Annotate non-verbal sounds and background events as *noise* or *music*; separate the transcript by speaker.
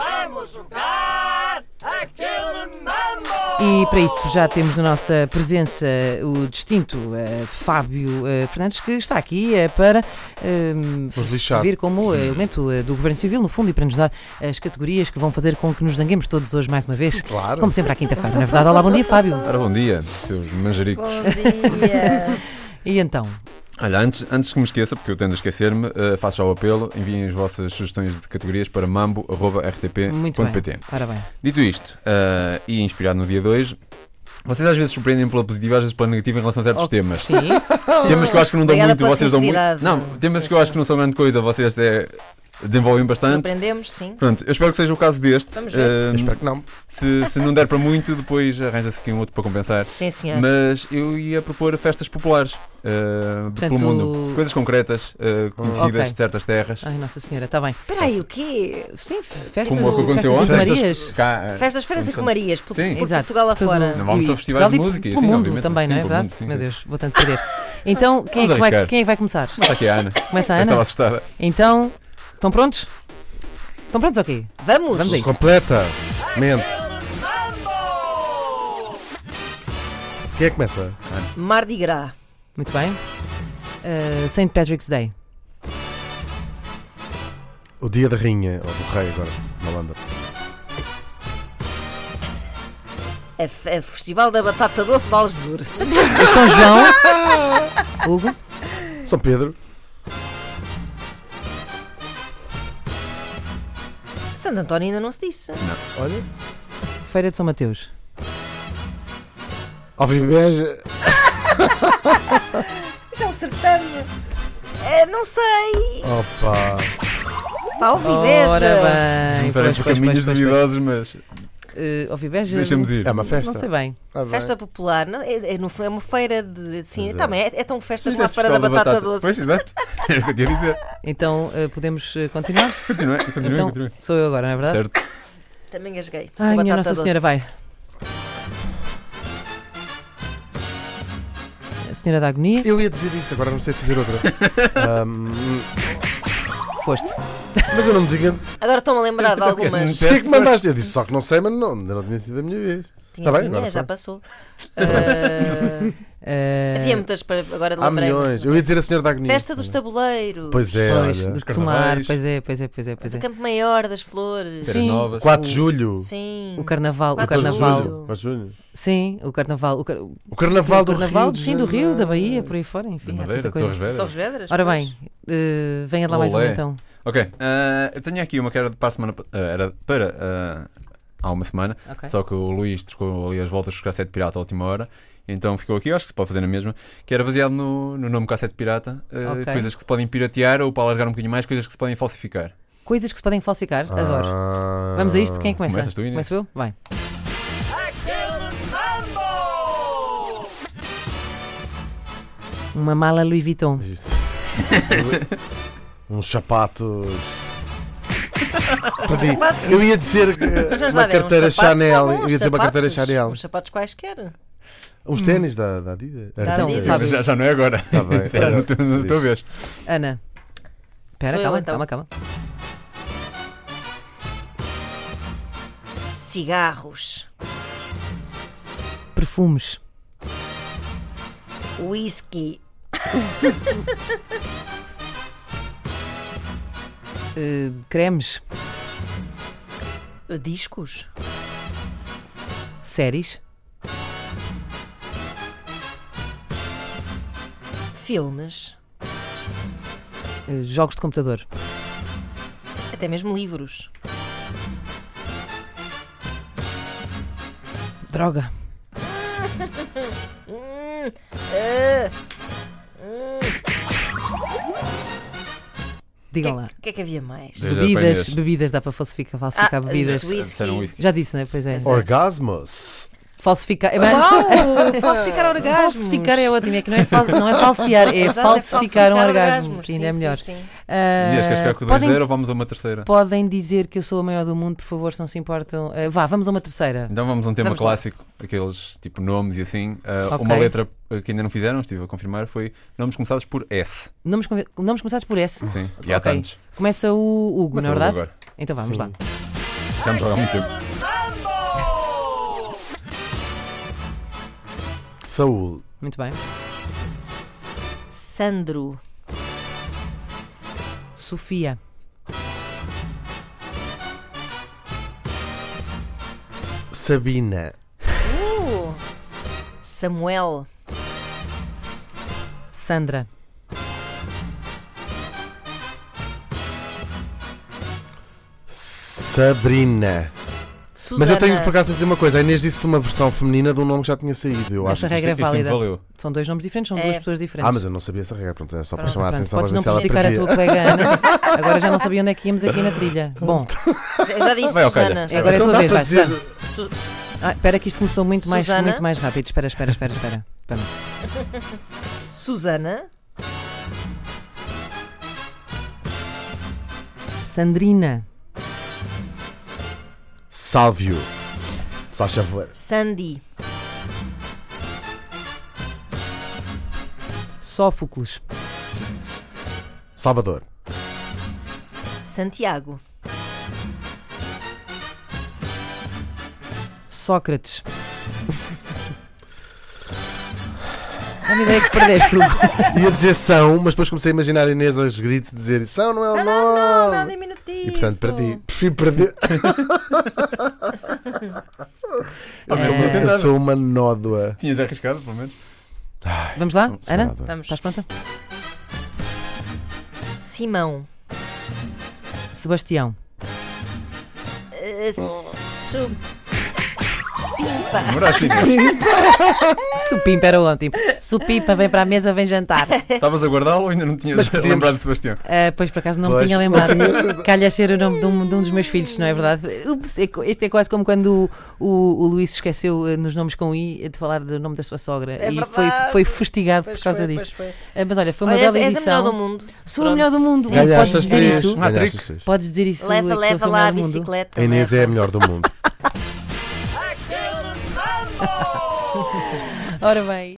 Speaker 1: Vamos jogar aquele mambo!
Speaker 2: E para isso já temos na nossa presença o distinto eh, Fábio eh, Fernandes, que está aqui eh, para eh,
Speaker 3: Nos lixar.
Speaker 2: servir como eh, elemento eh, do Governo Civil, no fundo, e para nos dar as categorias que vão fazer com que nos zanguemos todos hoje mais uma vez.
Speaker 3: Claro.
Speaker 2: Como sempre à quinta-feira, na verdade. Olá, bom dia, Fábio.
Speaker 3: Ora, bom dia, seus manjericos.
Speaker 4: Bom dia!
Speaker 2: E então,
Speaker 3: Olha, antes, antes que me esqueça, porque eu tendo a esquecer-me, eh, faço já o apelo, enviem as vossas sugestões de categorias para É,
Speaker 2: muito bem.
Speaker 3: mambo.rtp.pt.
Speaker 2: Parabéns.
Speaker 3: Dito isto, eh, e inspirado no dia 2, vocês às vezes surpreendem pela positiva, às vezes pela negativa em relação a certos temas.
Speaker 2: Sim,
Speaker 3: Temas que eu acho que não dão
Speaker 4: Obrigada
Speaker 3: muito,
Speaker 4: pela
Speaker 3: vocês dão muito.
Speaker 4: sinceridade.
Speaker 3: Não, temas que eu acho que não são grande coisa, vocês até desenvolvem bastante.
Speaker 4: Surpreendemos, sim.
Speaker 3: Pronto, eu espero que seja o caso deste.
Speaker 4: Vamos ver.
Speaker 3: Eh,
Speaker 5: Eu espero que não.
Speaker 3: se, se não der para muito, depois arranja-se aqui um outro para compensar.
Speaker 4: Sim, senhor.
Speaker 3: Mas eu ia propor festas populares ah, de-
Speaker 2: Portanto,
Speaker 3: pelo mundo. Coisas concretas, ah, conhecidas
Speaker 2: Ok. Ah,
Speaker 3: de certas terras.
Speaker 2: Ai, Nossa Senhora, está bem.
Speaker 4: Espera aí, o quê?
Speaker 2: Sim, festas,
Speaker 3: Como o que aconteceu
Speaker 2: festas e
Speaker 3: ontem.
Speaker 2: Marias.
Speaker 3: Cá, ah,
Speaker 4: Festas, feiras e
Speaker 3: Sim.
Speaker 4: romarias, por,
Speaker 3: Sim.
Speaker 4: por
Speaker 2: Exato.
Speaker 4: Portugal
Speaker 2: por todo-
Speaker 4: afora.
Speaker 3: Não vamos
Speaker 2: e
Speaker 3: para festivais de
Speaker 2: Portugal e
Speaker 3: música,
Speaker 2: Pelo
Speaker 3: sim,
Speaker 2: mundo
Speaker 3: obviamente,
Speaker 2: também,
Speaker 3: sim,
Speaker 2: não é
Speaker 3: pelo
Speaker 2: verdade?
Speaker 3: mundo, sim,
Speaker 2: Meu
Speaker 3: sim.
Speaker 2: Deus, vou tanto
Speaker 3: *laughs*
Speaker 2: perder. Então, quem é,
Speaker 3: Vamos
Speaker 2: que vai,
Speaker 3: arriscar.
Speaker 2: quem é que vai começar?
Speaker 3: Está aqui a Ana.
Speaker 2: Começa a
Speaker 3: Eu estava
Speaker 2: Ana?
Speaker 3: assustada.
Speaker 2: Então, estão prontos? Estão prontos ou quê?
Speaker 4: Vamos!
Speaker 2: Vamos a isto.
Speaker 5: Completa. Mente.
Speaker 1: Aquele mambo!
Speaker 5: Quem é que começa?
Speaker 4: Mardi Gras.
Speaker 2: Muito bem. Uh, St. Patrick's Day.
Speaker 5: O dia da rainha, ou do rei agora, na Holanda.
Speaker 4: É, f- é Festival da Batata Doce de Algesur.
Speaker 2: São
Speaker 3: *laughs*
Speaker 2: João. Hugo.
Speaker 5: São Pedro.
Speaker 4: *laughs* Santo António ainda não se disse.
Speaker 5: Olha.
Speaker 2: Feira de São Mateus.
Speaker 5: Alvivés.
Speaker 4: Isso é um certame. É, não sei.
Speaker 5: Opa.
Speaker 4: Pá, o Viveja.
Speaker 2: Ora bem.
Speaker 3: Começaram
Speaker 2: Pois,
Speaker 3: por
Speaker 2: pois, pois,
Speaker 3: caminhos
Speaker 2: pois,
Speaker 3: duvidosos, mas
Speaker 2: pois. Uh, Ovibeja,
Speaker 3: deixamos ir.
Speaker 5: É uma festa.
Speaker 2: Não sei bem.
Speaker 5: Ah, bem.
Speaker 4: Festa popular. Não, é, é, no fundo, é uma feira de. Sim,
Speaker 5: Pois é.
Speaker 4: tá bem, é, é tão festa
Speaker 3: Mas
Speaker 4: como a
Speaker 3: este
Speaker 4: feira da
Speaker 3: festival
Speaker 4: batata, doce.
Speaker 2: *laughs*
Speaker 3: Pois, exato. Era o que eu tinha a dizer.
Speaker 2: Então, uh, podemos uh, continuar?
Speaker 3: Continua, continua,
Speaker 2: então,
Speaker 3: continua.
Speaker 2: sou eu agora, não é verdade?
Speaker 3: Certo.
Speaker 4: Também as gay.
Speaker 2: Ai, minha Nossa Senhora, vai. A Senhora da Agonia,
Speaker 5: Eu ia dizer isso, agora não sei dizer outra. Ahm,
Speaker 2: foste.
Speaker 5: mas eu não me diga.
Speaker 4: Agora estou-me
Speaker 5: *laughs*
Speaker 4: a lembrar
Speaker 3: Então,
Speaker 4: de
Speaker 3: Um
Speaker 4: algumas.
Speaker 5: Porquê é que mandaste? Eu disse só que não sei, mas não, ainda não tinha sido a minha vez.
Speaker 4: Tinha,
Speaker 5: bem,
Speaker 4: tinha,
Speaker 5: agora
Speaker 4: já
Speaker 5: foi. *laughs*
Speaker 4: passou. Ah,
Speaker 2: Uh,
Speaker 4: havia muitas para. Agora
Speaker 5: Há
Speaker 4: lembrei-me,
Speaker 5: milhões.
Speaker 4: senhora.
Speaker 5: Eu ia dizer a senhora da agonia.
Speaker 4: Festa dos Tabuleiros.
Speaker 5: Pois é,
Speaker 2: Pois,
Speaker 5: olha.
Speaker 2: de Tomar,
Speaker 3: carnavais.
Speaker 2: pois é, pois é, pois é, pois é.
Speaker 4: Do Campo Maior das Flores.
Speaker 3: Feiras
Speaker 2: Sim.
Speaker 3: novas.
Speaker 5: 4 de julho.
Speaker 4: Sim.
Speaker 2: O carnaval, o
Speaker 4: 4 de
Speaker 2: carnaval,
Speaker 4: julho.
Speaker 5: 4 de julho.
Speaker 2: sim, o carnaval, o, car- o
Speaker 5: O carnaval do
Speaker 2: carnaval,
Speaker 5: Rio. de
Speaker 2: sim, do Rio, da
Speaker 5: Janeiro.
Speaker 2: Bahia, por aí fora, enfim.
Speaker 3: Da
Speaker 2: há
Speaker 3: Madeira,
Speaker 2: tanta coisa.
Speaker 3: Torres Vedras.
Speaker 4: Torres Vedras.
Speaker 2: Ora
Speaker 4: pois.
Speaker 2: bem, eh, venha lá mais um
Speaker 3: Olé.
Speaker 2: então.
Speaker 3: Ok, ah, eu tenho aqui uma que era de para a semana. pa- ah, era para. ah, há uma semana.
Speaker 2: Ok.
Speaker 3: Só que o Luís trocou ali as voltas com o cassete pirata à última hora. Então ficou aqui, eu acho que se pode fazer na mesma, que era baseado no, no nome cassete pirata, eh,
Speaker 2: Ok.
Speaker 3: coisas que se podem piratear ou para alargar um bocadinho mais, coisas que se podem falsificar.
Speaker 2: Coisas que se podem falsificar, adoro.
Speaker 5: Ah.
Speaker 2: Vamos a isto, quem é que começa?
Speaker 3: Começas tu, Inês.
Speaker 2: Começo eu? Vai.
Speaker 1: Aquele mambo!
Speaker 2: Uma mala Louis Vuitton,
Speaker 5: Isto. *laughs* Uns
Speaker 2: *laughs*
Speaker 5: sapatos. Perdi.
Speaker 4: sapatos.
Speaker 5: Eu ia dizer que,
Speaker 4: Mas
Speaker 5: uma
Speaker 4: vamos
Speaker 2: é,
Speaker 4: lá ver, uns
Speaker 5: carteira
Speaker 4: sapatos,
Speaker 5: Chanel.
Speaker 4: tá bom,
Speaker 5: eu
Speaker 4: uns
Speaker 5: ia dizer uma carteira
Speaker 4: sapatos,
Speaker 5: Chanel.
Speaker 4: Uns sapatos quaisquer.
Speaker 5: Uns ténis da, da Adidas.
Speaker 2: Então,
Speaker 5: Adidas.
Speaker 2: Fábio.
Speaker 3: já, já não é agora.
Speaker 5: Tá
Speaker 3: *laughs*
Speaker 5: bem,
Speaker 3: Isso era
Speaker 5: tá
Speaker 3: na
Speaker 5: bem.
Speaker 3: tua- na tua vez.
Speaker 2: Ana. Espera,
Speaker 4: Sou eu,
Speaker 2: calma,
Speaker 4: então.
Speaker 2: calma, calma.
Speaker 4: Cigarros.
Speaker 2: Perfumes,
Speaker 4: Whisky.
Speaker 2: eh, cremes,
Speaker 4: Discos.
Speaker 2: séries,
Speaker 4: Filmes.
Speaker 2: eh, jogos de computador,
Speaker 4: Até mesmo livros.
Speaker 2: droga,
Speaker 4: Hum, ah,
Speaker 2: digam
Speaker 4: que-
Speaker 2: lá.
Speaker 4: O que é que havia mais?
Speaker 3: Desde
Speaker 2: Bebidas,
Speaker 3: apanhas.
Speaker 2: bebidas, dá para falsificar, falsificar
Speaker 4: Ah,
Speaker 2: bebidas.
Speaker 4: isso. Whisky.
Speaker 3: Disseram um whisky.
Speaker 2: Já disse, né? Pois é.
Speaker 5: Orgasmos.
Speaker 2: Falsificar. É, mas-
Speaker 4: Não! Falsificar orgasmos.
Speaker 2: *laughs* Falsificar é ótimo, é que não é, fal- não é falsear, é
Speaker 4: Exato,
Speaker 2: falsificar um orgasmo,
Speaker 4: orgasmos,
Speaker 2: que ainda é
Speaker 4: sim,
Speaker 2: melhor.
Speaker 4: sim, sim.
Speaker 2: Ah,
Speaker 3: Inês, queres ficar com o 2
Speaker 2: podem,
Speaker 3: um ou vamos a uma terceira?
Speaker 2: podem dizer que eu sou a maior do mundo, por favor, se não se importam. Ah, vá, vamos a uma terceira.
Speaker 3: Então vamos a um tema
Speaker 2: Vamos lá.
Speaker 3: clássico, aqueles tipo nomes e assim. Ah,
Speaker 2: Ok.
Speaker 3: Uma letra eh, que ainda não fizeram, estive a confirmar, foi nomes começados por S.
Speaker 2: Nomes, conven- nomes começados por S.
Speaker 3: Sim, e há
Speaker 2: Ok.
Speaker 3: tantos.
Speaker 2: Começa o Hugo,
Speaker 3: Começa
Speaker 2: na
Speaker 3: o Hugo
Speaker 2: verdade?
Speaker 3: agora.
Speaker 2: Então vamos
Speaker 5: Sim.
Speaker 2: lá.
Speaker 3: já me joga há muito tempo.
Speaker 1: Mambo!
Speaker 5: Saúl.
Speaker 2: Muito bem.
Speaker 4: Sandro.
Speaker 2: Sofia.
Speaker 5: Sabina.
Speaker 4: Uh, Samuel.
Speaker 2: Sandra.
Speaker 5: Sabrina. Mas
Speaker 4: Susana.
Speaker 5: eu tenho por acaso de dizer uma coisa. A Inês disse uma versão feminina de um nome que já tinha saído. Eu acho
Speaker 2: Essa
Speaker 5: que
Speaker 2: regra é
Speaker 3: Isto- isto tem que
Speaker 2: válida.
Speaker 3: valeu.
Speaker 2: São dois nomes diferentes, são
Speaker 4: É.
Speaker 2: duas pessoas diferentes.
Speaker 5: Ah, mas eu não sabia essa regra. Pronto, é só
Speaker 2: Ah,
Speaker 5: para
Speaker 2: Pronto,
Speaker 5: chamar a
Speaker 2: Fernando,
Speaker 5: atenção para
Speaker 2: Podes
Speaker 5: ver
Speaker 2: não
Speaker 5: se ela
Speaker 2: prejudicar a
Speaker 5: perdia.
Speaker 2: tua colega Ana. Agora já não sabia onde é que íamos aqui na trilha.
Speaker 5: *laughs*
Speaker 2: Bom,
Speaker 4: Eu já disse
Speaker 3: Vai, ok,
Speaker 4: Susana.
Speaker 3: já.
Speaker 4: já
Speaker 2: Agora é
Speaker 4: disse.
Speaker 5: Então
Speaker 2: tua
Speaker 5: dá
Speaker 2: vez,
Speaker 5: para
Speaker 2: vai,
Speaker 5: dizer...
Speaker 2: Susana.
Speaker 4: Su-
Speaker 2: ah, espera que isto começou muito mais,
Speaker 4: Susana?
Speaker 2: muito mais rápido. Espera, espera, espera, espera. espera.
Speaker 4: Susana.
Speaker 2: Sandrina.
Speaker 5: Sálvio. Só favor.
Speaker 4: Sandy.
Speaker 2: Sófocles.
Speaker 5: Salvador.
Speaker 4: Santiago.
Speaker 2: Sócrates. Dá-me ideia que perdeste o.
Speaker 5: *laughs* Ia dizer são, mas depois comecei a imaginar a Inês aos gritos dizer são não é o
Speaker 4: Não,
Speaker 5: nome.
Speaker 4: não, não, não, diminutivo.
Speaker 5: E portanto perdi. Prefiro perder. eu, sou,
Speaker 3: É.
Speaker 5: eu sou uma nódoa.
Speaker 3: Tinhas arriscado, pelo menos.
Speaker 2: Vamos lá,
Speaker 5: Sou uma
Speaker 2: Ana?
Speaker 5: nódoa.
Speaker 4: Vamos.
Speaker 2: Estás pronta?
Speaker 4: Simão.
Speaker 2: Sebastião.
Speaker 4: Eh, su-
Speaker 3: Demoraste, Inês.
Speaker 2: Supimpa era ótimo. Supimpa, vem para a mesa, vem jantar.
Speaker 3: Estavas a guardá-lo ou ainda não tinhas
Speaker 5: Mas podíamos-
Speaker 3: lembrado de Sebastião?
Speaker 2: Ah, pois por acaso não me
Speaker 5: Pois,
Speaker 2: tinha
Speaker 5: não
Speaker 2: lembrado. Calha a ser o nome de um, de um dos meus filhos, não é verdade? Ups, é co- este é quase como quando o, o, o Luís se esqueceu eh, nos nomes com I de falar do nome da sua sogra
Speaker 4: É
Speaker 2: e
Speaker 4: verdade.
Speaker 2: foi, foi fustigado por causa disso. Ah, Mas olha, foi uma bela
Speaker 4: Olha, és- és é a melhor do
Speaker 2: edição.
Speaker 4: mundo.
Speaker 2: Sou a melhor do mundo.
Speaker 4: Sim,
Speaker 2: Podes
Speaker 5: Ganhaste as
Speaker 2: dizer
Speaker 5: três.
Speaker 2: isso?
Speaker 3: Uma
Speaker 5: Ganhaste
Speaker 3: trick.
Speaker 5: as três.
Speaker 2: Podes dizer isso?
Speaker 4: Leva,
Speaker 2: que eu
Speaker 4: leva
Speaker 2: sou o
Speaker 4: lá a
Speaker 2: melhor do mundo?
Speaker 4: bicicleta.
Speaker 5: A Inês é a
Speaker 4: leva.
Speaker 5: melhor do mundo.
Speaker 1: I killed a mambo!
Speaker 2: Ora bem.